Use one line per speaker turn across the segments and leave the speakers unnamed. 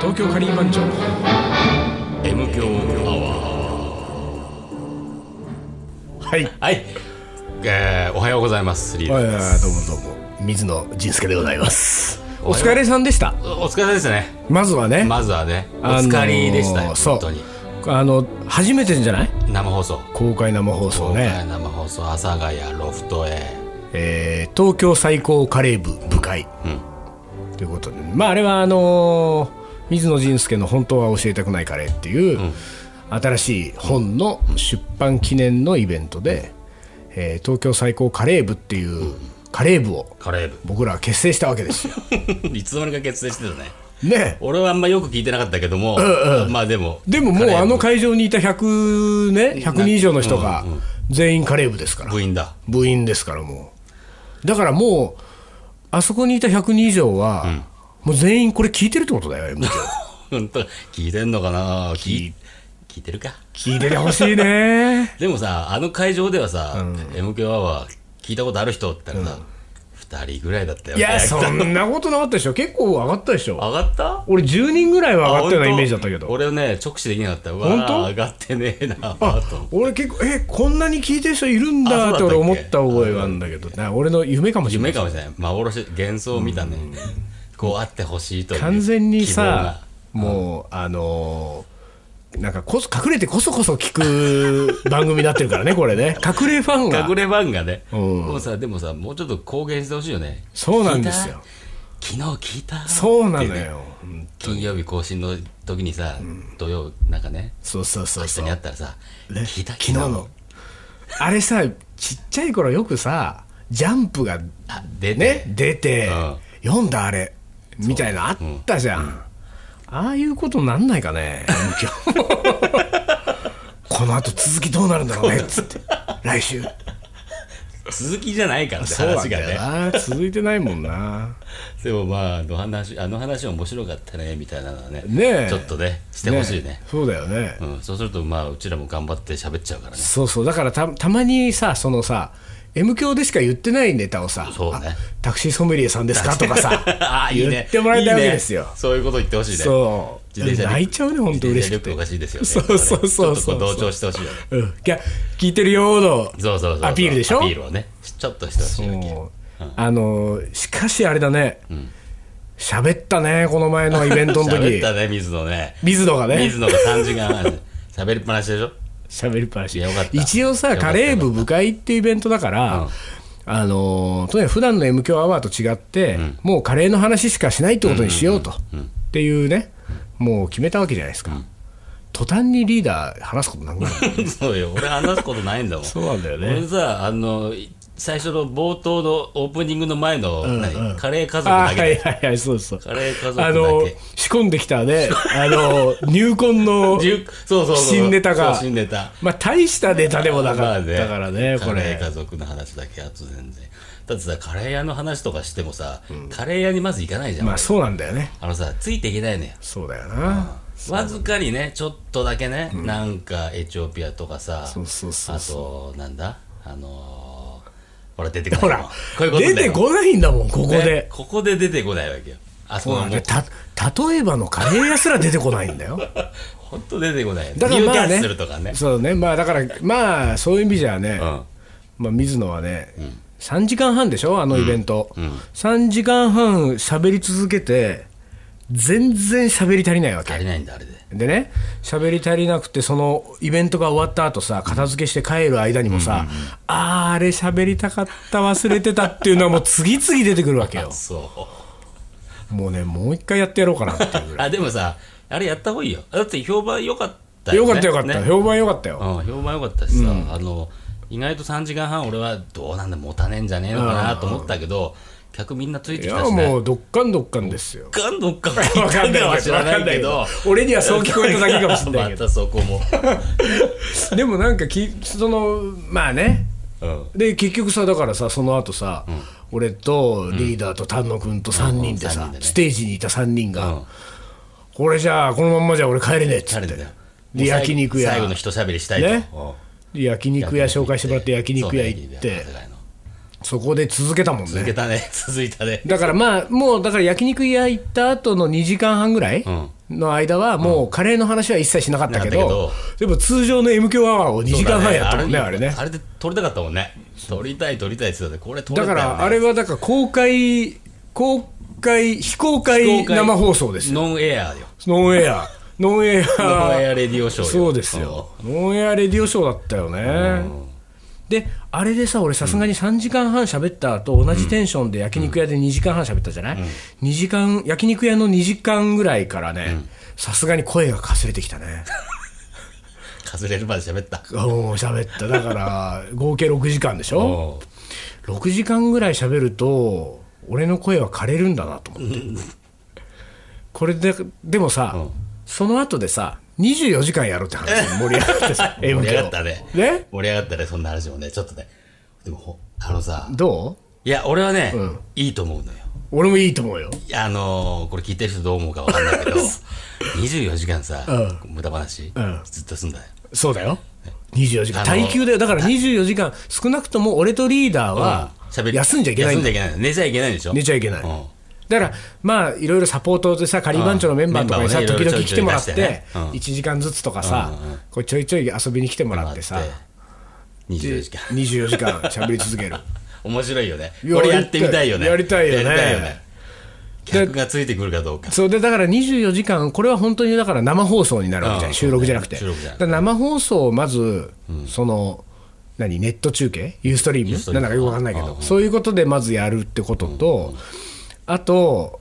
東京カリー番長
M 強アワ
はい。
ーはい、えー、おはようございますリーダーです
どうもどうも。水野仁介でございます。
お疲れさんでした
お疲れですね
まずはね、
まずはねお
あのー
疲れでしたよ、
そう
本当に
あの初めてじゃない？
生放送
公開生放送
公開
ね。
生放送阿佐ヶ谷ロフトへ
えー、東京最高カレー部部会、ということで、まああれはあのー水野仁介の本当は教えたくないカレーっていう、新しい本の出版記念のイベントで、えー東京最高カレー部っていうカレー部を
カレー
僕らは結成したわけですよ。
部 いつの間にか結成してたね
ね。
俺はあんまよく聞いてなかったけども、まあでも
でもも
カ
う
レー部
あの会場にいた100ね100人以上の人が全員カレー部ですから
部員だ
部員ですからもうだからもうあそこにいた100人以上はもう全員これ聞いてるってことだよ M 響
本当聞いてんのかな聞
聞
い
い
聞いてるか
聞いててほしいね
でもさあの会場ではさ、M 強アワー聞いたことある人って言ったらさ、二人ぐらいだった よ
い
ね
やそんなことなかったでしょ結構上がったでしょ
上がった
俺10人ぐらいは上がったようなイメージだったけ
あ本
ど
当俺ね直視できなかったわ
本当
あ上がってねえなと思って
俺結構えこんなに聞いてる人いるんだって
あそ
俺
うだった
思
っけ
った覚えはあるんだけどな俺の夢かもしれな
夢
い
かもしれない幻幻想を見たねこうあってほしいという
完全に
希望が
さもうあのーなんかこそ隠れてこそこそ聞く番組になってるからねこれね隠れファンが
隠れ番がね、
うん
もうさでもさもうちょっと公言してほしいよね
そうなんですよ
聞いた昨日聞いた
そうなの
ってね
よ、うん
金曜日更新の時にさ、土曜なんかね
そうそうそう
明日
そう、
にあっ
ね、
たらさ、聞いた
昨日のあれさちっちゃい頃よくさジャンプが
あ出て、
ね出て、
うん
読んだあれみたいなあったじゃん、ああいうことなんないかね 今日この後続きどうなるんだろうねっつって来週
続きじゃないからね
そうな
話
ん
が
だ
ね
よな、続いてないもんな
でもまああの話あの話面白かったねみたいなのはね
ねえ
ちょっとね してほしいね
そうだよね、
うん、そうするとまあうちらも頑張って喋っちゃうからね
そうそうだからたたまにさそのさ M 教でしか言ってないネタをさ
そうね
あタクシーソムリエさんですかとかさ
ああいいね
言ってもらいたいわけですよ
いいねそういうこと言ってほしいね
そう
自転車で
泣いちゃうね本当嬉しくて
自転車力おかしいですよね
そうそうそう
ちょ
そ
っ
う
とこう同調してほしいよね
うんいや聞いてるよーの
そうそうそうそう
アピールでしょ
アピールをねちょっとしてほしいわけ
もうあのーしかしあれだね喋、ったねこの前のイベントの
喋
時
ったね水野ね
水野がね
水野が3時間半喋りっぱなしでしょ
喋りっぱないし
やよかった
一応
よ
さ
かった
カレー部部会っていうイベントだから、あのーとにかく普段の M 強アワーと違って、もうカレーの話しかしないってことにしようと、っていうねもう決めたわけじゃないですか、途端にリーダー話すことなくな る
そうよ俺話すことないんだもん
そうなんだよね
俺さあのい最初の冒頭のオープニングの前の、何カレー家族
あ
だ
ー
け
はい
で
はいはいそうそう
カレー家族だけ
あのー仕込んできたねあの ー入婚の
じゅそうそうそう
新ネタが
そう新ネタ
まあ大したネタでもな
ま
か
あ
ったからねこ
カレー
れ
家族の話だけあと全然だってさカレー屋の話とかしてもさ、カレー屋にまず行かないじゃん、
まあそうなんだよね
あのさついていけないのよ
そうだよな
わずかにねちょっとだけね、なんかエチオピアとかさ
そうそうそう
あとなんだあのーほら出てこない
ほら
こういうことだ
出て
よ
こないんだもんここで、
ねここで出てこないわけよあそ
そう
こ
なん
も
だ
う
た例えばのカレー屋すら出てこないん だよ
本当出てこないよね
だから
ニュ
ま
ーキャ
あ
ッ
ね
スルとかね
そうねまあだからまあそういう意味じゃね、
うん
まあ、水野はね、3時間半でしょあのイベント、3時間半喋り続けて全然喋り足りないわけ
足りないんだあれで
でね喋り足りなくてそのイベントが終わった後さ片付けして帰る間にもさ、あーあれ喋りたかった忘れてたっていうのはもう次々出てくるわけよ
そう
もうねもう一回やってやろうかなっていうぐら
あでもさあれやった方がいいよだって評判良かった
いよ
ね
かったよかった、
ね
評判よかったよ、
うん、評判良かったしさ、あの意外と3時間半俺はどうなんだ持たねえんじゃねえのかなと思ったけど客みんなついて
い
き
や
たしね
もうどっかんどっかんです よ。
ガンドかいたかは知らな
わか
いけど
んないけど俺にはそう聞こえただけかもしれないけど
またそこも、
でもなんかきそのまあね。
うん、
で結局さだからさその後さ、俺とリーダーと丹野君と3人で
う
さ
ん、うん三人でね
ステージにいた3人が、
うん
これじゃあこのまんまじゃ俺帰れねえっつっ
誰
て
だよ
で焼肉屋
最後の一喋りしたいと、
ね
うん
で焼肉屋紹介してもらって焼肉屋行っ
そうね
て
焼肉屋長いの
そこで続けたもん
続け
ね
たね 続いたね
だからまあもうだから焼肉屋行った後の2時間半ぐらい、
うん
の間はもうカレーの話は一切しなかったけど,、
なかった
でも通常の M 響アワーを2時間半やったもんねあれね
あれで撮りたかったもんね撮りたい撮りたいって言ってたでこれ撮れ
だ
たよ、
か
ね、
らあれはだから公開公開非公開
非公開
生放送ですよ
ノンエアよ
ノンエアノンエア
ノンエアレディオショーよ
そうですよ、ノンエアレディオショーだったよね、であれでさ俺さすがに3時間半喋った後、同じテンションで焼肉屋で2時間半喋ったじゃない、2時間焼肉屋の2時間ぐらいからねさすがに声がかすれてきたね
かすれるまで喋った
うん喋っただ から合計6時間でしょ
おう
6時間ぐらい喋ると俺の声は枯れるんだなと思ってこれででもさ、
ん
その後でさ24時間やろうって話に盛り上がってさ
盛
M
り上
響
がったね
ね
盛り上がったねそんな話もねちょっとねでもほあのさ
ど
いや俺はね、
ん
いいと思うのよ
う俺もいいと思うよ
いやあのーこれ聞いてる人どう思うかわかんないけど24時間さ、無駄話、
ん
ずっとすんだよ
そうだよ24時間
あの
耐久だよだから24時間少なくとも俺とリーダーは
喋り
休んじゃいけない
休
ん
ん
だ
じゃ
よ
いけない寝ちゃいけないでしょ
寝ちゃいけない
うん
だからまあいろいろサポートでさ仮番長のメンバーとかにさ
うんメンバ
時
ーをね
々来てもらっ
いろいろちょい
て
ちょい出してねうん
1時間ずつとかさ
うんうん
こうちょいちょい遊びに来てもらってさ
待って24時間
24時間喋り続ける
面白いよね
いや
これやってみたいよね
やりたいよね
やりたいよね客がついてくるかどうか
そうでだから24時間これは本当にだから生放送になるわけじゃ
うんん
収録じゃなくて
収録じゃなく
だから生放送をまずその何ネット中継ユーストリーム
Ustream
なんだかよくわかんないけ
うん
ど
うん
そういうことでまずやるってこととあと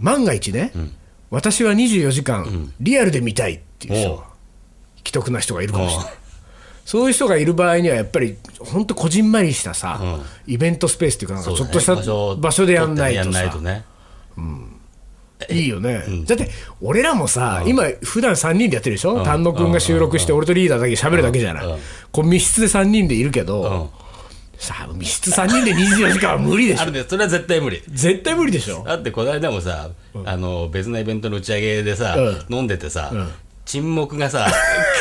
万が一ね私は24時間リアルで見たいっていう人
おう
が既得な人がいるかもしれない
おう
そういう人がいる場合にはやっぱり本当こじんまりしたさイベントスペースっていうかなんか
そう
ちょっ
だね
とした
場所
場所でやんないとさ
ね
いいよね、だって俺らもさ、今普段3人でやってるでしょ、丹野くんが収録して、俺とリーダーだけ喋るだけじゃない、
うん
こう密室で3人でいるけど、
ん
さ密室3人で24時間は無理でし
あ
ょ
るねそれは絶対無理
絶対無理でしょ
だってこの間もさあの別のイベントの打ち上げでさ
うん
飲んでてさ沈黙 がさ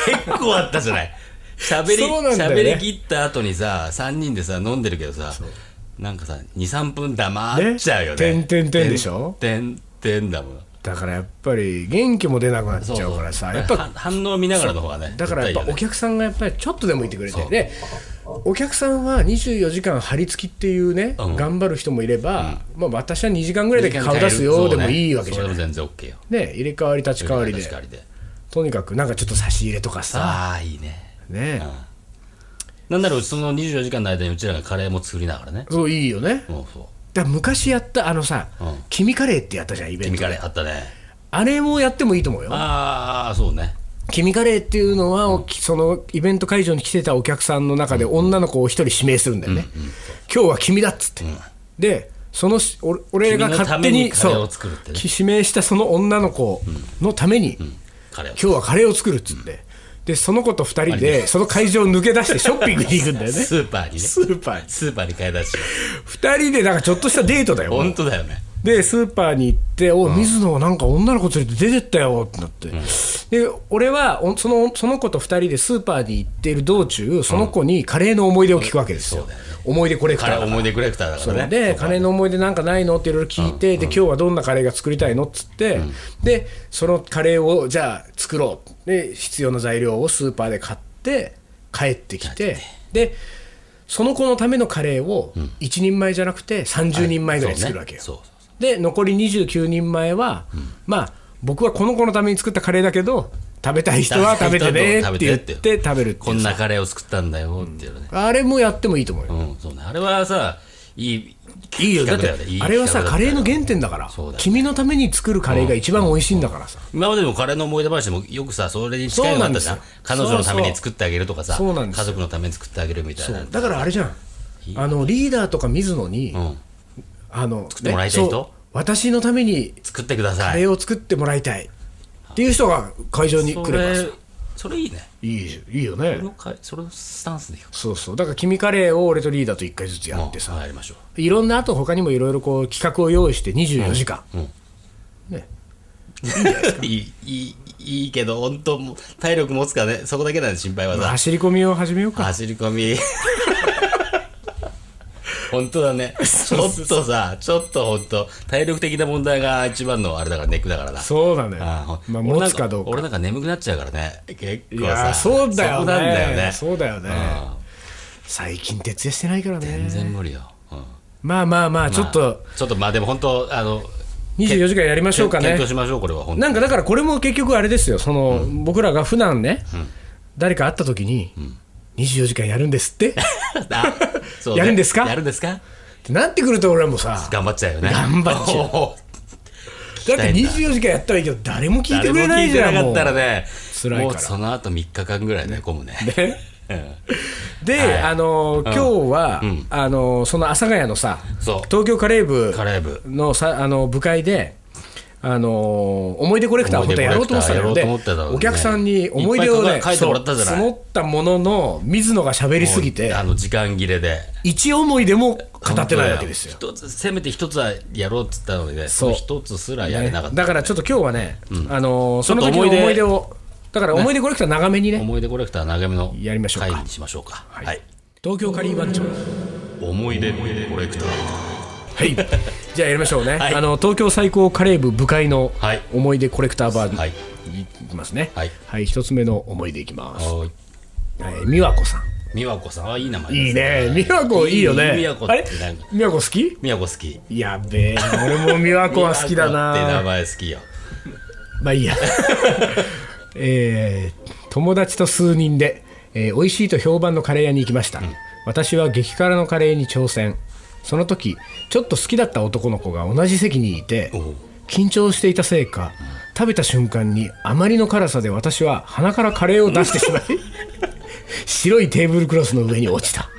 結構あったじゃない喋り
そうなんだよね
喋り切った後にさ3人でさ飲んでるけどさなんかさ23分黙っちゃうよね
ねてんてんてんでしょ
てんてんてんだもん
だからやっぱり元気も出なくなっ
そう
ちゃうからさやっぱ
は反応見ながらの方がね
だからやっぱ
絶対いいよね
お客さんがやっぱりちょっとでもいてくれて
う
でお客さんは24時間張り付きっていうね、
うん
頑張る人もいれば、まあ、私は2時間ぐらいだけ顔出すよでもいいわけじゃない、
そうねそれでも全然 OK よ
ね、入れ替わり立ち替わりで
立ち替わりで
とにかくなんかちょっと差し入れとかさ
ああいいね
ね、
なんならその24時間の間にうちらがカレーも作りながらね
そういいよね
もうそう
だから昔やったあのさ、
うん
君カレーってやったじゃんイベン
君
ト
カレーあったね
あれもやってもいいと思うよ
ああそうね
君カレーっていうのは、おそのイベント会場に来てたお客さんの中で女の子を一人指名するんだよね、今日は君だっつって、でそのし俺俺が勝手に
君のためにカレー
そう
を作るってね
指名したその女の子のために、
カレーを
今日はカレーを作るっつって、でその子と二人でその会場を抜け出してショッピングに行くんだよね
スーパーにね
スーパーに
スーパーに買い出し
二人でなんかちょっとしたデートだよ
本当だよね
でスーパーに行って「お水野なんか女の子連れて出てったよ」ってなって、で俺はおそのその子と2人でスーパーに行っている道中その子にカレーの思い出を聞くわけですよ,、
そうだよね
思い出コレクタ
カ
ーだ
レー
から
思い出コレクターだからね
でカレーの思い出なんかないのっていろいろ聞いて、で今日はどんなカレーが作りたいのっつって、でそのカレーをじゃあ作ろうで必要な材料をスーパーで買って帰ってきてでその子のためのカレーを1人前じゃなくて30人前ぐらい作るわけよ、
そうねそうそう
で残り29人前は、まあ僕はこの子のために作ったカレーだけど食べたい人は食べてねって言って食べるっていう
こんなカレーを作ったんだよっていうね
あれもやってもいいと思うよ、
うんそうねあれはさいい
いいよだって
企画よね
あれはさ
いい企画だったよ
カレーの原点だから
そうだよ
君のために作るカレーが一番美味しいんだからさ、
今までもカレーの思い出話でもよくさそれに近いのがあったじゃん
そうなんですよ
彼女のために作ってあげるとかさ
そうなんですよ
家族のために作ってあげるみたいな
だからあれじゃんあのリーダーとか水野に、
うん、
あの
ってもらいたい人
ねそう私のために
作ってくだ
カ
さい
レーを作ってもらいたいっていう人が会場に来
そ
ればさ
れそれいいね
いいいいよね
そのかそれのスタンスでいく
そうそうだから君カレーを俺とリーダーと1回ずつやってさ、
うんやりましょ
いろんなあと他にもいろいろこう企画を用意して24時間、ね、
う いいいいいいけど本当もう体力持つかねそこだけなんで心配はさ
走り込みを始めようか
走り込み 本当だね。ちょっとさ、ちょっと本当体力的な問題が一番のあれだから、ネックだからな。
そうなのよ
ああ
まあ、
俺な
持
ん
つかどうか
俺なんか眠くなっちゃうからね。結
い
構さ。
やそうだよね
そこなんだよね。
そうだよね
うん
最近徹夜してないからね
全然無理よ。うん
まあまあまあちょっと
ちょっとまあでも本当あの
24時間やりましょうかね
検討しましょうこれは本当
なんかだからこれも結局あれですよその、僕らが普段ね、誰か会った時に、24時間やるんですってっ
あ そうね
やるんですか
やるんですか
てなってくると俺はもうさ
頑張っちゃうよね
頑張っちゃう
ゃう
だって24時間やったらいいけど誰も聞いてくれないじゃん
誰も聞いてなかった
も
らね
辛いから
もうその後3日間ぐらい寝込むね
うねで、あのー今日は、あのーその阿佐ヶ谷のさ
そう
東京カレー部
カレー部
のさあの部会で、あのー思い出コレクターを本当はやろうと思ってたのよ
思
で
い出コレクターやろうと思ってたのにね
お客さんに思い出を
い
ね
っぱい書いてもらったじゃない
そう募ったものの水野が喋りすぎて
もうあの時間切れで
一思い出も語ってないわけですよ。
一つせめて一つはやろうっつったのにねそ
そう
の一つすらやれなかった
だからちょっと今日はね、あのー
ち
そ
ょっと
の時の
思
思
い
い
出
出をだから思い出コレクター長めにね
思い出コレクター長めの
やりましょうか
会にしましょうかはい
東京カリー番長
思い出コレクター
はいじゃあやりましょうね、
はい
あの東京最高カレー部部会の
はい
思い出コレクターバー
はい
いきますね
はい
一つ目の思い出いきます
はい
はい美和子さん
美和子さんはいい名前
いいね
です
美和子いいよね
美和子っ
あれ
てなんか
美和子好き
美和子好き
やべえ俺も美和子は好きだ
美和子って名
な
前好きよ
まあいいや えー友達と数人で、えー美味しいと評判のカレー屋に行きました、私は激辛のカレーに挑戦その時ちょっと好きだった男の子が同じ席にいて
おう
緊張していたせいか食べた瞬間にあまりの辛さで私は鼻からカレーを出してしまい 白いテーブルクロスの上に落ちた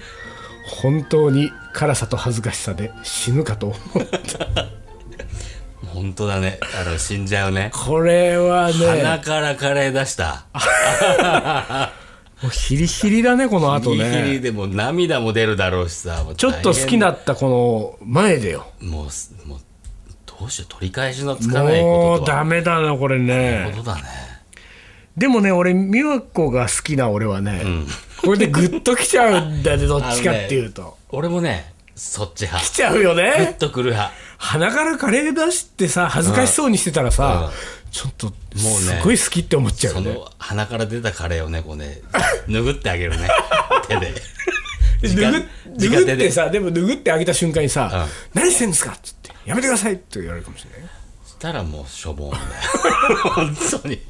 本当に辛さと恥ずかしさで死ぬかと思う
本当だねあの死んじゃうね
これは
鼻
ね
からカレー出した
もうヒリヒリだねこの後
ヒリヒ
ね
リでもう涙も出るだろうしさ
ちょっと好きだ
な
ったこの前でよ
もうすもうどうしよう取り返しのつかない
も
こ
う
とと
ダメだなこれ
こ
ね
とだね
でもね俺美和子が好きな俺はね、これでグッときちゃうんだねどっちかっていうと、
俺もねそっち派
来ちゃうよ
グッ
ね
とくる派
鼻からカレー出してさ恥ずかしそうにしてたらさ、ちょっと
うね
すごい好きって思っちゃう
そ
よね
の鼻から出たカレーをねこう ね拭ってあげるね手で
拭っ
直
拭
手
って
で
さでも拭ってあげた瞬間にさ「何してんですか?」っつって「やめてください」って言われるかもしれないよ
したらもうしょぼんだよ 本当に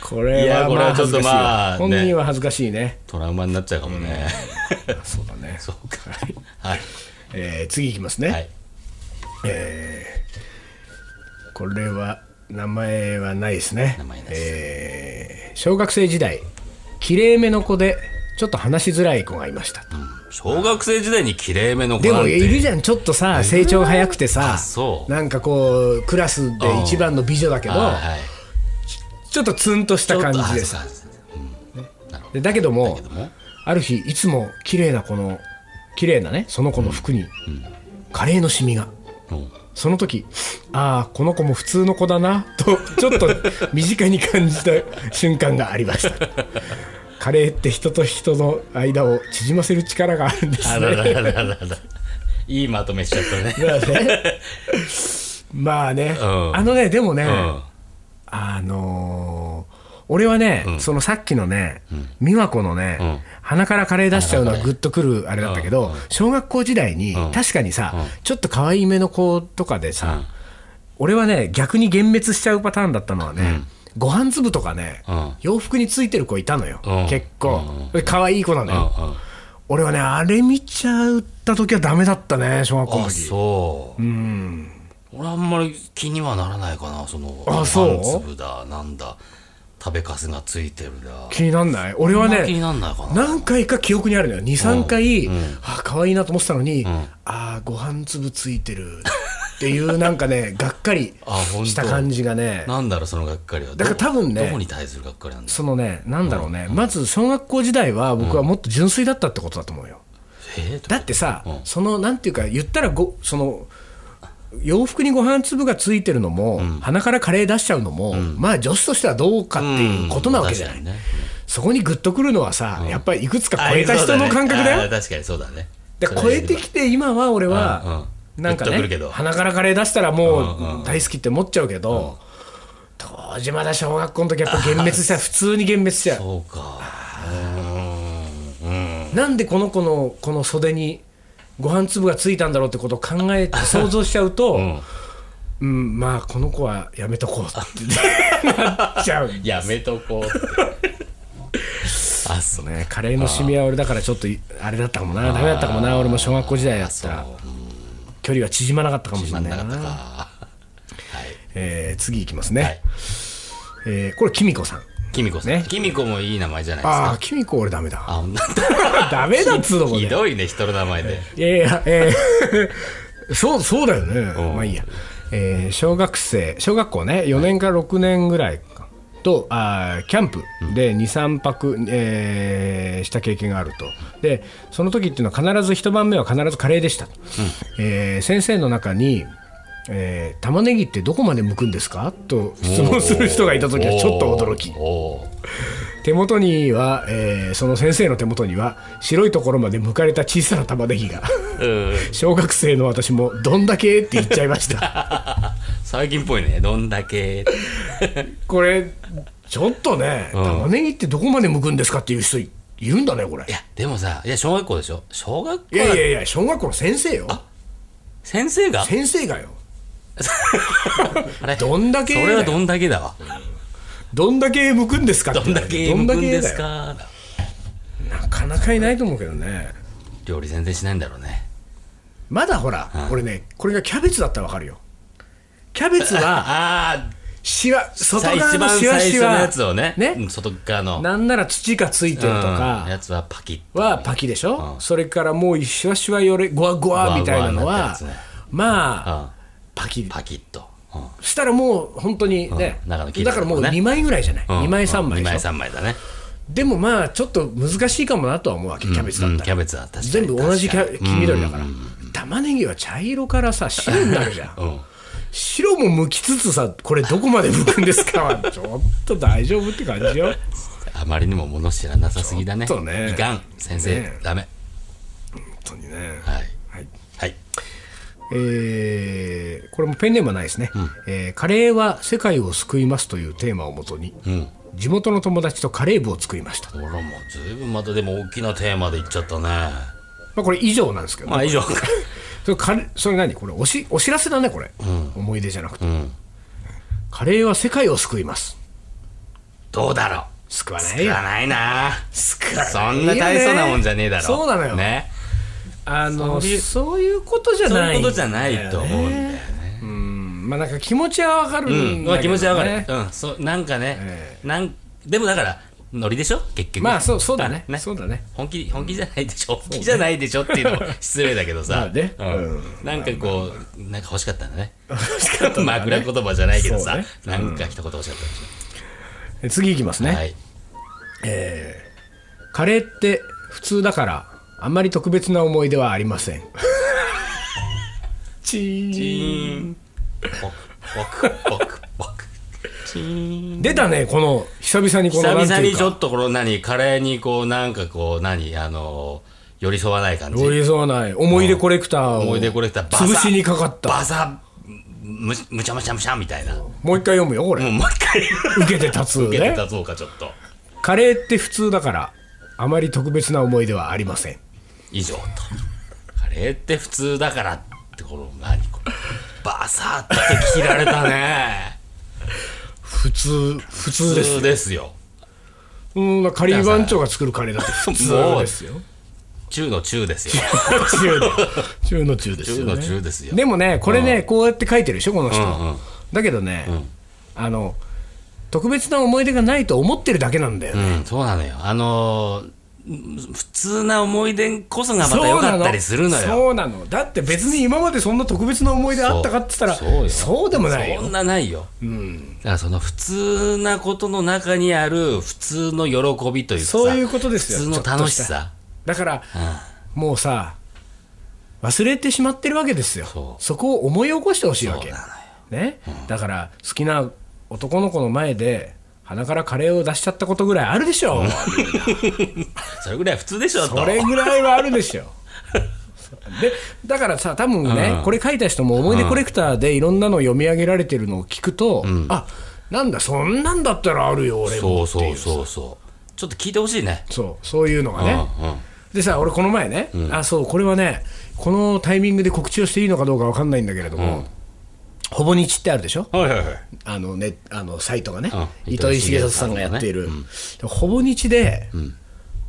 こ
い
れ
や
は
これ
ま
は
あ恥
ちょっ
ずかし
と
い
ま
わ
あ
本
ね
人は恥ずかしいね
トラウマになっちゃうかもね、
そうだね
そうかはい
えー次いきます
は
ね
い
これは名前はないですね
名前なし
えー小学生時代きれいめの子でちょっと話しづらい子がいました
小学生時代にきれいめの子
で
なん
も
て
いるじゃんちょっとさ成長早くてさ
あそう
なんかこうクラスで一番の美女だけど
あはい
ちょっとツンとした感じでさ
ちょっとあそうか
でだけども
けども
ある日いつも綺麗なこの綺麗なねその子の服にカレーのシミが
うん
その時ああこの子も普通の子だなとちょっと身近に感じた瞬間がありましたカレーって人と人の間を縮ませる力があるんです
あ
ね
ららららららいいまとめしちゃったね
だからねまあね、
うん
あのねでもね、
うん
あのー俺はね、そのさっきのね、美和子のね、
ん
鼻からカレー出しちゃうのはグッとくるあれだったけど、小学校時代に、
ん
確かにさ、ちょっと可愛い目の子とかでさ、俺はね、逆に幻滅しちゃうパターンだったのはね、ご飯粒とかね、
うん
洋服についてる子いたのよ、
うん
結構、可愛い子なのよ、
うんうん
俺はね、あれ見ちゃった時はダメだったね、小学校の
あ
時
そううん俺あんまり気にはならないかなその
あそう
ご飯粒だなんだ食べかすがついてるだ
気になんない俺は
あんま
ね
気になんないかな
何回か記憶にあるのよ23回、あ可愛いなと思ってたのに、ああご飯粒ついてるっていうなんか ねがっかり
あ本当
した感じがね
なんだろうそのがっかりは
だから
ど
多分ね
どこに対するがっかりなんだ
そのねなんだろうね、まず小学校時代は僕はもっと純粋だったってことだと思うよ、
えーと
だってさ、
うん
そのなんていうか言ったらごその洋服にご飯粒がついてるのも、鼻からカレー出しちゃうのも、まあ女子としてはどうかっていうことなわけじゃない、
うん確かにね
そこにグッとくるのはさ、やっぱりいくつか超えた人の感覚だよ
あそうねあー確かにそうだね
で超えてきて今は俺は
うんうん
なんか
グッとく
ね
るけど
鼻からカレー出したら
うんう
も
ん
う大好きって思っちゃうけど当時まだ小学校の時やっぱ幻滅 した普通に幻滅しちゃう
そうかうーんうん
なんでこの子のこの袖にご飯粒がついたんだろうってことを考え て想像しちゃうと、
ん
うん、まあこの子はやめとこうって なっちゃう
やめとこう ってあそう
ねカレーのシミは俺だからちょっといあれだったかもなダメだったかもな俺も小学校時代やったら距離は縮まなかったかもしれない
なか
な
ったか
えー次いきますね、
はい
えーこれきみこさん
きみこさん
ね
きみこもいい名前じゃないですか
ああきみこ俺ダメだ
あほんと
ダメだっつうのこれ
ひどいね人の名 前で
いやいや、えー そう、そうだよね。
うん
まあいいや。えー小学生、小学校ね、4年から6年ぐらいかと、あーキャンプで2、3泊、えーした経験があると。で、その時っていうのは必ず一晩目は必ずカレーでしたと。えー先生の中に、えー玉ねぎってどこまで剥くんですかと質問する人がいた時はちょっと驚き
おーおー
手元には、えーその先生の手元には白いところまで剥かれた小さな玉ねぎが
うん
小学生の私も「どんだけ?」って言っちゃいました
最近っぽいねどんだけ
これちょっとね、
ん
玉ねぎってどこまで剥くんですかっていう人いいるんだねこれ
いやでもさいや小学校でしょ小学校
いやいやいや小学校の先生よ
先生が
先生がよ
あれ
どんだけ
それはどんだけだわ
どんだけ剥くんですかって
どんだけ
どん
向
だ
くん
け
で
だ
す
よ
か
なかなかいないと思うけどね
料理全然しないんだろうね
まだほら、俺ねこれがキャベツだったらわかるよキャベツは
あ
しわ
あ
外側
一
の
番
しわ
最
し
初のやつ
わ
をね
ね
うん外側の
なんなら土がついてるとか、
うんやつはパキッ
はパキでしょ、
うん
それからもうシワシワよれゴワゴワみたいなの
ゴワゴワな
は
ったやつね
まあ、
うん
パキ
パキッと、うん
したらもう本当にね、
うん中の切れ
だ
た
か
と
ら
こね
もう2枚ぐらいじゃない、
うん
2枚3枚
う
で
ん二枚
しょ、
三枚だね
でもまあちょっと難しいかもなとは思うわけキャベツだ
う
っ
ん
た
キ
ら、
ャベツは確かに
全部同じキャ
確
黄
かに、
緑だから、玉ねぎは茶色からさ白になるじゃん
うん
白も剥きつつさこれどこまで剥くんですかはちょっと大丈夫って感じよ
あまりにも物知らなさすぎだね
ちょっとね
いかん先生、
ね
ダメ
本当にね
はい
はい
はい
えーこれもペンネームはないですね、えーカレーは世界を救いますというテーマをもとに、
うん
地元の友達とカレー部を作りました、ま
俺もずいぶんまたでも大きなテーマでいっちゃったね
あ、これ以上なんですけど、
まあ以上か
それカレそれ何これおしお知らせだねこれ、思い出じゃなくて、
ん
カレーは世界を救います
どうだろう
救わない
救
よ
わないな
救わないよ
そんな大層なもんじゃねえだろ
そうなのよ
ね
あの
そういう
そういうことじゃ
そう
ないいう
ことじゃないと思うんだよね
うんまあなんか気持ちはわかるんだけど
う
ね、
ん、まあ気持ちはわかる、うん、そうなんかね、
え
なんでもだからノリでしょ結局
まあそうそうだね
ね
そうだね
本気本気じゃないでしょ、本気じゃないでしょって いうのも失礼だけど
ま
さ
あ、ね
うん
うん
なんかこう、なんか欲しかったんだね
欲しかったんだね
枕言葉じゃないけど
そう
さ、
ね
なんか一言欲しかったでし
え次いきます
ょ、
ね、
はい
カレーって普通だからあんまり特別な思い出はありませんチー
チーンポクポクポクポクチーン
出たねこの久々にこの
久
な
々
んてい
に
う
ちょ
か
っとこの何カレーにこうなんかこう何あの寄り添わない感じ
寄り添わない思い出コレクターを
思い出コレクターバサ
潰しにかかった
バサむむちゃむちゃむちゃみたいなも
もう一回読むよこれ、
うもう一回
受けて立つ
受けて
ね
たぞかちょっと
カレーって普通だからあまり特別な思い出はありません
以上とカレーって普通だからってこの何これバサって切られたね
普通 普通で
普
す
通ですよ
うんカリー番長が作るカレーだって普通ですよ
中の中です よ
中の中の中です
中
よ、ね、
の中ですよ
でもね、これね、こうやって書いてるでしょ、この人。
うんうん
だけどね、あの、特別な思い出がないと思ってるだけなんだよね。
うんそうなのよあのーん普通な思い出こそがまた良かったりするのよ
そうなの。だって別に今までそんな特別な思い出あったかって言ったら、
そう
そう
よ
でもないよ
そん。なないよ、だからその普通なことの中にある普通の喜びというかさ
そういうことですよ
普通の楽しさ
だから、もうさ、忘れてしまってるわけですよ。
そ
そうこを思い起こしてほしいわけ。
そうな
ね、だから、好きな男の子の前で、鼻からカレーを出しちゃったことぐらいあるでしょ。
それぐらい普通でしょと
それぐらいはあるでしょ。でだからさ多分ね、
うん
これ書いた人も思い出コレクターでいろんなの読み上げられてるのを聞くと、あなんだそんなんだったらあるよ俺
そ
もって
う
い
そううそうそうちょっと聞いてほしいね
そうそういうのがね、
うんうん
でさ俺この前ね、あそうこれはねこのタイミングで告知をしていいのかどうかわかんないんだけれども、ほぼ日ってあるでしょ
はいはいはい
あの、ね、あのサイトがね、
うん
糸井重里さんがやっている、でほぼ日で、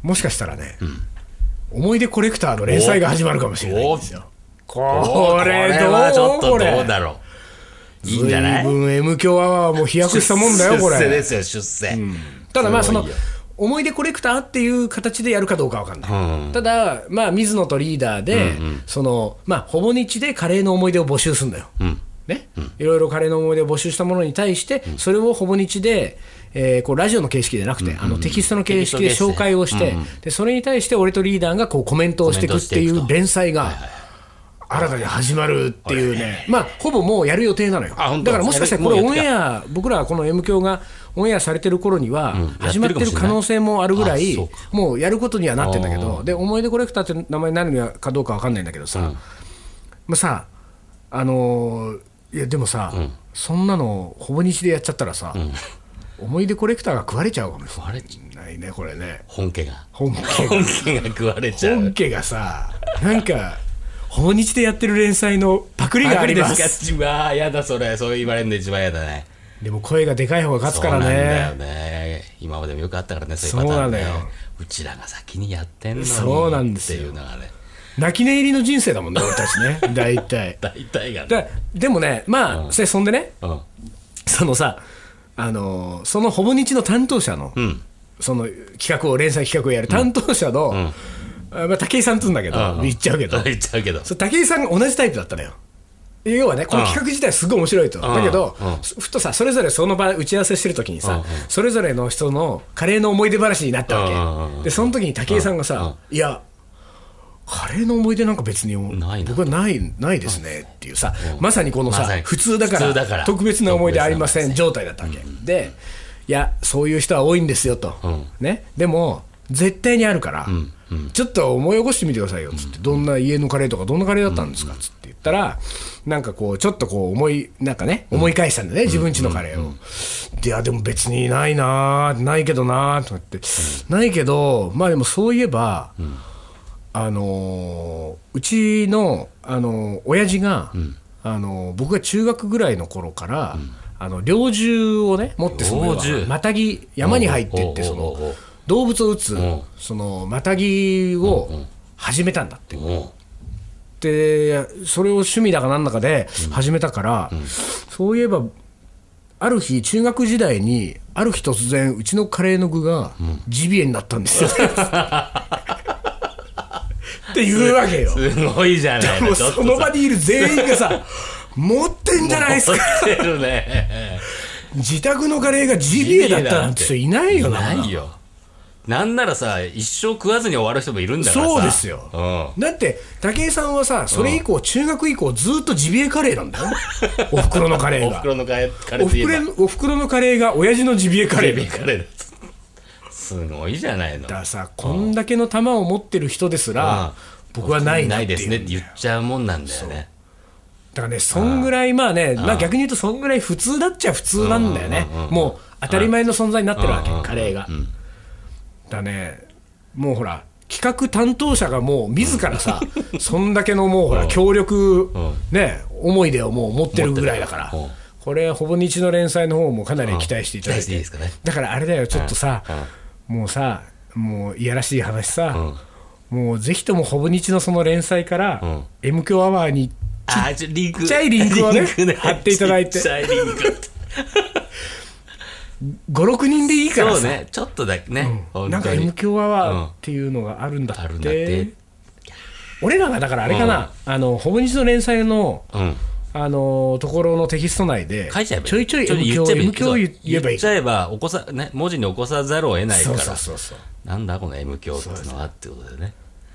もしかしたらね、思い出コレクターの連載が始まるかもしれないんですよ。これどう
はちょっとど
こ
う
れ
だろういいんじゃない
随分 M 強アワーも飛躍したもんだよこれ
出世ですよ出世、
ただまあその
すごいよ
思い出コレクターっていう形でやるかどうかわかんない、
うん
ただまあ水野とリーダーで、そのまあほぼ日でカレーの思い出を募集するんだよ、ねいろいろカレーの思い出を募集したものに対して、それをほぼ日で、えーこうラジオの形式でなくて、あのテキストの形式で
テキスト形式
紹介をして、でそれに対して俺とリーダーがこうコメントをしていくってい
コメントしていく
う
と
連載が新たに始まるっていうね、まあほぼもうやる予定なのよ
あ本
だ
当
からもしかしたらこれ
も
オン
うやってきた
エア僕らはこの M 響がオンエアされてる頃には
やって
始
るか
ま
も
ってる
しれない
可能性もあるぐらい
あそうか
もうやることにはなってんだけどで思い出コレクターって名前になるのかどうかわかんないんだけどさ、まあさあのーいやでもさ、そんなのほぼ日でやっちゃったらさ、思い出コレクターが食われちゃうかもし
あれ
れないねこれね
本家が
本家が
本家が食われちゃ
本
う
家がさなんかほぼ日でやってる連載のパクリがあります
すかあやだそれそう言われるの一番やだね
でも声がでかい方が勝つから
そうな
ね
んだよね今までもよくあったからねそう
そ
いううパタ
な
ー
ん
ン
だ
ね
よ
うちらが先にやってんのに
そうなんですよ
っていうのがね
泣き寝入りの人生だもんね俺たちね 大体
大体がね
だでもねまあ、それそんでね
うん
そのさあのーそのほぼ日の担当者の、
うん
その企画を連載企画をやる担当者の、あまあ、武井さんっつうんだけど、
うん
言っちゃうけど、
言っちゃうけど
そう武井さんが同じタイプだったのよ要はねこの企画自体すごい面白いと、だけど、
うん
ふとさそれぞれその場打ち合わせしてる時にさ、それぞれの人のカレーの思い出話になったわ
うん
け、
うんうん
でその時に武井さんがさ、いやカレーの思い出なんか別に
ないな
僕はないないですねっていうさ、まさにこのさ、
まさに
普通だか
普
ら
通だから
特別な思い出ありませ
特別なん
状態だったわけ、でいやそういう人は多いんですよと、
ん
ね、でも絶対にあるから、ちょっと思い起こしてみてくださいよっつって、どんな家のカレーとかどんなカレーだったんですかっつって言ったらなんかこうちょっとこう思いなんかね思い返したんだね、自分家のカレーを、でいやでも別にないなーないけどなーとかって、ないけどまあでもそういえば、あのーうちの、あのー親父が、あのー僕が中学ぐらいの頃から、あの猟銃をね持ってその要は
猟銃
またぎ山に入っていって
おう
そ
おうおうおうお
の
う
動物を撃つ
ん
そのまたぎを始めたんだって。
も
でそれを趣味だかなんだかで始めたから、そういえばある日中学時代にある日突然うちのカレーの具がジビエになったん ですよ、っていうわけよ
うすごいじゃない
もう
ちょっと
その場にいる全員がさ持ってんじゃないです
さ
か
持ってるね
自宅のカレーがジビエだったなんて人いないよな
ないよなんならさ一生食わずに終わる人もいるんだからさ
そうですよ、
う
だって武井さんはさそれ以降、中学以降ずっとジビエカレーなんだよおふくろのカレ
ん
ー
お
が
袋のカレーカレ
お
ー
ふく
といえば
れおふくろのカレーが親父のジビエカレー
レ ビ
だ
ーカレーだすごいじゃないの
からさこんだけの玉を持ってる人ですら僕はないな
な
っ
い
て
です
いう
ね
だ
って言っちゃうもんなんだよね
からねそんぐらいまあねまあ逆に言うとそんぐらい普通だっちゃ普通なんだよねもう当たり前の存在になってるわけカレーがだねもうほら企画担当者がもう自らさ そんだけのもうほら協力ね思い出をもう持ってるぐらいだから
持ってるうん
これほぼ日の連載の方もかなり期待してい
期
ただい
待してていいですかね
だからあれだよちょっとさ、もうさもういやらしい話さ、もうぜひともほぼ日のその連載から、M 強アワーに
あーちょリンク
ちっちゃいリンクをね貼っていただいて
ちっちゃいリン クって
56人でいいから
そ
さ
う、ねちょっとだけね本
なんか
当に
M 強アワーっていうのがあるんだ
ある
っ
ん
て,、
だって
俺らがだからあれかな、あのほぼ日の連載の、
うん
あのところのテキスト内で
書いちゃえば
ちょいちょい M 強
言っちゃえばい
M
い
強言えばい
言
い
っちゃえば起こさね文字に起こさざるを得ないか
そう
ら
そうそうそう
なんだこの M 教っていうのはってことだよね
だ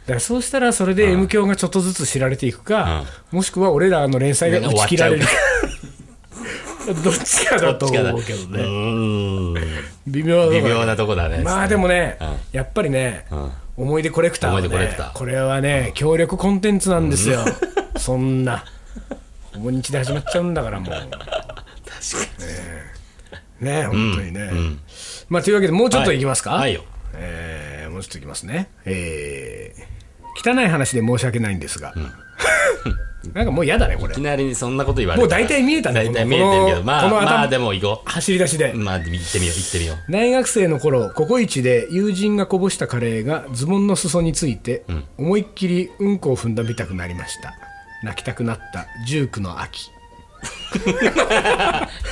からそうしたらそれで M 響がちょっとずつ知られていくか、もしくは俺らの連載が打ち切られるか どっちかだと思うけど
う
ね
ーん
微妙だと
微
こ
妙なとこだね
まあでもね、
うん
やっぱりね、思い出コレクターはね、
思い出コレクター
これはね協力コンテンツなんですよ、そんなほぼ日で始まっちゃうんだから もう
確か
ね本当にね、
に。うん。
まあというわけでもうちょっといきますか、
はいよ。
えーもうちょっといきますねえー汚い話で申し訳ないんですが、 なんかもう嫌だねこれ
いきなりにそんなこと言われるから
もう大体見えたね
大体見えてるけ
この
ど、ま
こ
あ、
の頭
まあ、でも行こ
走り出しで、
う。まあ、行ってみよう、行ってみよう。
大学生の頃ココイチで友人がこぼしたカレーがズボンの裾について、思いっきりうんこを踏んだみたくなりました泣きたくなった19の 秋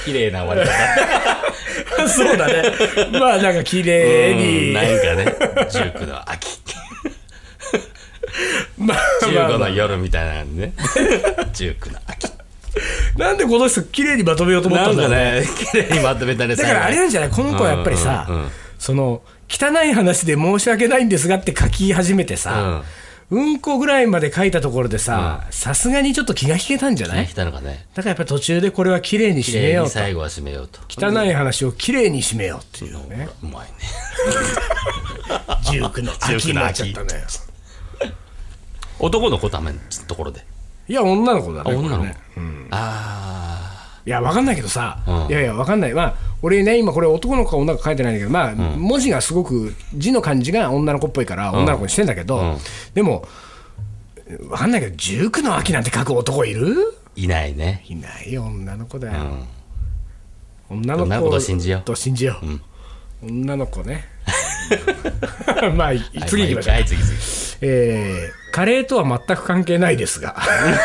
綺麗な終わり 方。
そうだねまあなんか綺
うん、な
麗
んかね、19の秋、
にまあ ま
15
あま
の
あ
夜みたいなの ね。19の秋。
なんでこの人綺麗にまとめようと思っ
な
たん
ん
だ
か
ろうね
ね、綺麗にまとめたね、
だからあれなんじゃないこの子はやっぱりさ、
うんうんうん
その汚い話で申し訳ないんですがって書き始めてさ、うん、こぐらいまで書いたところでささすがにちょっと気が引けたんじゃない
来たのかね。
だからやっぱり途中でこれは綺麗に
綺
締め
麗
よ
に
うと
最後は締めようと。
汚い話を綺麗に締めようっていうね
うまいね。
19の秋
19
に
の
なっち
秋
ゃったね
男の子ためのところで。
いや女の子だ
あ、
ね
女の
こ
子。
れね
あ
いやわかんないけどさ、
うん
いやいやわかんないまあ俺ね今これ男の子か女の子か書いてないんだけどまあ、文字がすごく字の感じが女の子っぽいから女の子にしてんだけど、
うん
でもわかんないけど19の秋なんて書く男いる
ー、いないね。
いないよ女の子だ
う
よ、
ん。
女の子
女の子と信じよう
と信じよう女の子ね まあい次行きましょう、
はい、次次。
えーカレーとは全く関係ないですが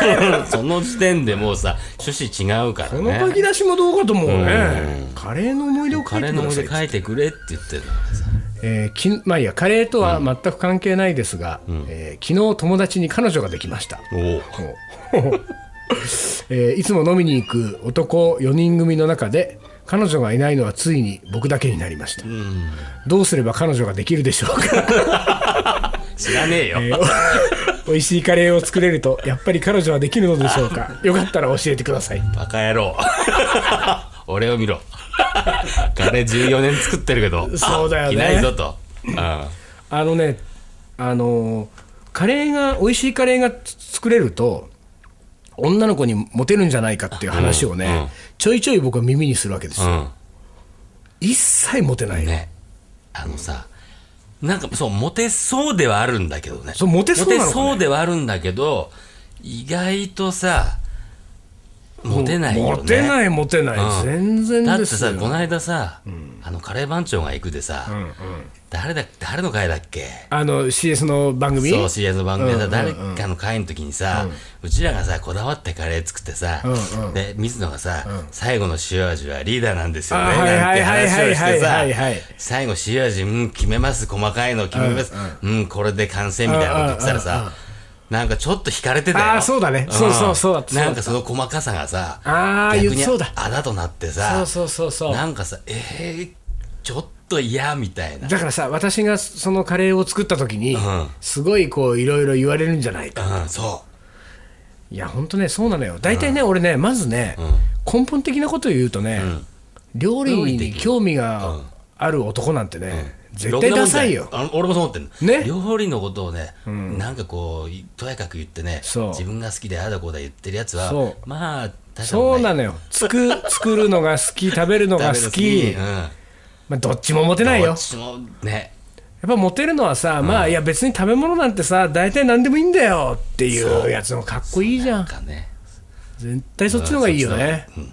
その時点でもうさ、趣旨違うから
この書き
ね。
出しもどうかと思うねカレーの思い出を書
カ
い
レ
て
ー
く
の
だ
思い
さい
出書いてくれって言ってるのにさ。
えーきまあいいやカレーとは全く関係ないですが、えー昨日友達に彼女ができました、
おお。
えーいつも飲みに行く男4人組の中で彼女がいないのはついに僕だけになりました、どうすれば彼女ができるでしょうか
知らねえよ。
美味しいカレーを作れるとやっぱり彼女はできるのでしょうかよかったら教えてください
バカ野郎。 俺を見ろ。カレー14年作ってるけど、
そうだよね
いないぞと。うん。
あのねあのーカレーが美味しいカレーがつ作れると女の子にモテるんじゃないかっていう話をね、
うんうん
ちょいちょい僕は耳にするわけですよ、
う
一切モテない
ん。
よ、
ね。あのさ、なんかそう、モテそうではあるんだけどね。
そうモテそうなのかね
モテそうではあるんだけど、意外とさ、モテないよね。
モテないモテない、
うん
全然
だっ
で
て
すよ
さ、この間さ、あのカレー番長が行くでさ、誰だ誰の回だっけ
あの CS の番組
そう、CS の番組でさ、
うん
誰かの会の時にさ、うちらがさ、こだわってカレー作ってさ
うんう、
で、水野がさ、最後の塩味はリーダーなんですよね、
あ
な
ー
ん
はいはい
て話をして
は
さ
いはいはいはいはい、
最後塩味、うん、決めます、細かいの決めます、うん、これで完成みたいなこと言ってたら
うんうん
さ、なんかちょっと惹かれてたよ。
あーそうだねそうそうそうだった
なんかその細かさがさ、
あー
逆に
そうだ
あだとなってさ、
そうそうそうそう
なんかさ、えー、ちょっと嫌みたいな。
だからさ私がそのカレーを作った時に、
ん
すごいこういろいろ言われるんじゃないか
うん、そ
いや本当ねそうなのよ大体ね、俺ねまずね、根本的なことを言うとね、料理
料理
に
的
興味がある男なんてね、
う。
絶対ダサいよ
ろくなもんじゃないあの俺もそう思ってんの。
ね
料理のことをね、なんかこう、いとやかく言ってね、
そう
自分が好きでああだこうだ言ってるやつは
そう、
まあ、確かに。
そうな
の
のよ作作るのが好 き食べるのが好き、
うん。
まあ、どっちもモテないよ
どっちもね、
やっぱモテるのはさ、まあいや別に食べ物なんてさ大体何でもいいんだよっていうやつのかっこいいじゃ
なん
ん
かね。
絶対そっちの方がいいよね
そっちの方がいいうん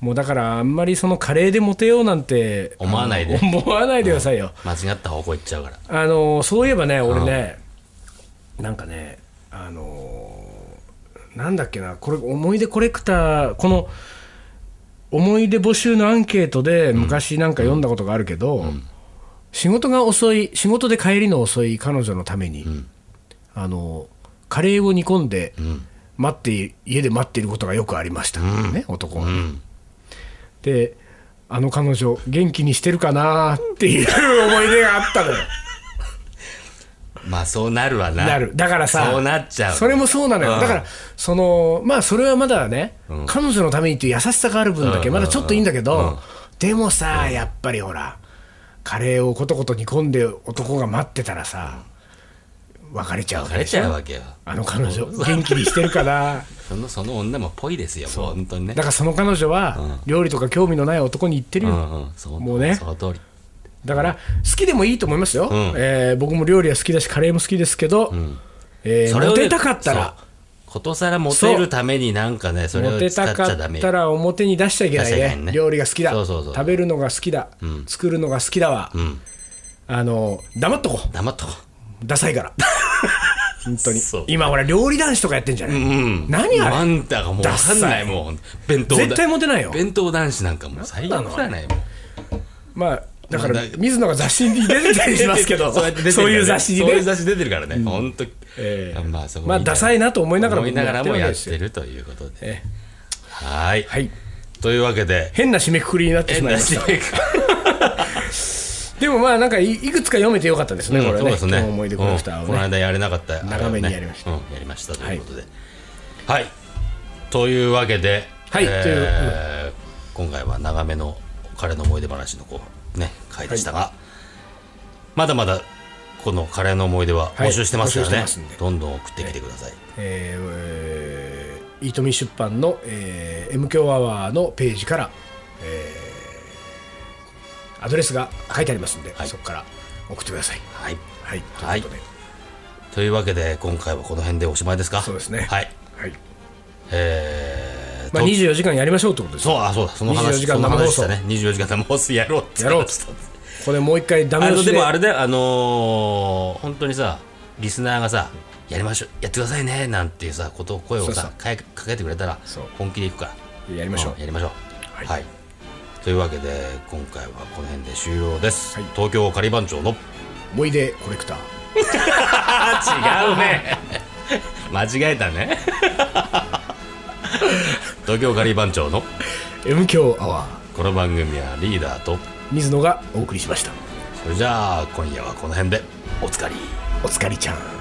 もうだからあんまりそのカレーでモテようなんて
思わないで
あの 思わないでくださいよ、
間違った方向行っちゃうから。
あのそういえばね俺ね、なんかねあのなんだっけなこれ思い出コレクターこの思い出募集のアンケートで昔なんか読んだことがあるけど、仕事が遅い仕事で帰りの遅い彼女のために、あのカレーを煮込んで、待って家で待っていることがよくありました、ね男は、
ん
であの彼女元気にしてるかなっていう思い出があったのよ
まあ、そうなるわな。
なる。だからさ、
そうなっちゃう。
それもそうなのよ。
うん
だから、その、まあ、それはまだね、彼女のためにっていう優しさがある分だけ、
うん
まだちょっといいんだけ
うんう
ど
ん、
でもさ、やっぱりほら、カレーをことこと煮込んで男が待ってたらさ、別れちゃうわけ
別れ
でし
ちゃう
ょ
わけよ
あの彼女元気にしてるか な
そのその女もぽいですよもう本当にね
だからその彼女は料理とか興味のない男に言ってるよ、
うんうんそう
もうね
その通り
だから好きでもいいと思いますよ、
ん
えー僕も料理は好きだしカレーも好きですけど、えーモ
ね
テたかったら
そうことさらモテるためになんかねそれ
モ
を
テ
使ったち
か
ゃダ
っ
メ
たら表に出しちゃいけない
出しちゃ
ね
いけないね
料理が好きだ
そうそうそう
食べるのが好きだ、作るのが好きだは、
ん
あの黙っとこ
黙っとこ
うダサいから 本当に
そう
今ほら料理男子とかやってんじゃない、
うん
何あれ
あんたがもう分かん
ダッ
な
サ
い
い
もう弁当だ
絶対モテないよ
弁当男子なんかもう最悪じゃないもん
まあだか
ま
ら
あだ
水野が雑誌に出てたりしますけど
そうやって出てるからね
いう雑誌に
そういう
ね
雑誌出てるからね本当
ええ
まあそこ
まあダサいなと思いながらも
思いながらも
や
や
っ
ってて
る
るということで
ええ
はーい
はい
というわけで
変な締めくくりになってしまいました でもまあなんかいいくつか読めてよかったですね、これ
そう
ね
ですね
この思い出コレクター
うん
を
この
ね、
間やれなかった
長めにやりました
あれをねうんやりましたということではいというわけで
はいという
えー今回は長めのカレーの思い出話のこうね回でしたがまだまだこのカレーの思い出は募集してますから
はい
ね
募集してますんで
どんどん送ってきてください
えーえー、イートミ出版の、えー、M 強アワーのページから、えー、アドレスが書いてありますんで、
い
そこから送ってください。
はい
はい、
はい
ということ
というわけで今回はこの辺でおしまいですか
そうですね
はい
で、はい
えー
まあ、
と
24時間やりましょうってことです
そ
よ
うあそうだその
24
話
時
そ
間
の
生放
話
送
でしたね24時間生放送やろうって
やろう
話したんです
これもう一回ダメ
あ
押
の
しで
でもあれだよあのー本当にさリスナーがさやりましょうやってくださいねなんていうさことを声を
そうそう
さかえかけてくれたら
そう
本気でいくから
やりましょう
うんやりましょう
は
はいい、というわけで今回はこの辺で終了です、
はい
東京カリバン町の違
思い出コレクター
うね間違え たね東京カリバン町の
M 強アワー
この番組はリーダーと
水野がお送りしました
それじゃあ今夜はこの辺でおつかり
お疲れちゃん